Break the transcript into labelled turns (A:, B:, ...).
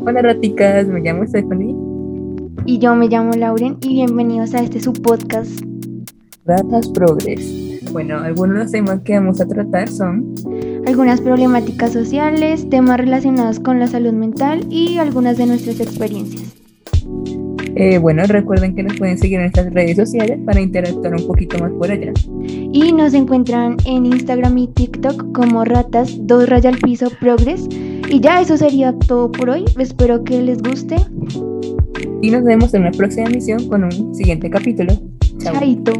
A: Hola raticas, me llamo Stephanie.
B: Y yo me llamo Lauren y bienvenidos a este su podcast.
A: Ratas Progres. Bueno, algunos de los temas que vamos a tratar son
B: Algunas problemáticas sociales, temas relacionados con la salud mental y algunas de nuestras experiencias.
A: Eh, bueno, recuerden que nos pueden seguir en nuestras redes sociales para interactuar un poquito más por allá.
B: Y nos encuentran en Instagram y TikTok como ratas dos raya al piso progress. Y ya eso sería todo por hoy. Espero que les guste.
A: Y nos vemos en una próxima emisión con un siguiente capítulo. Chao.
B: Chaito.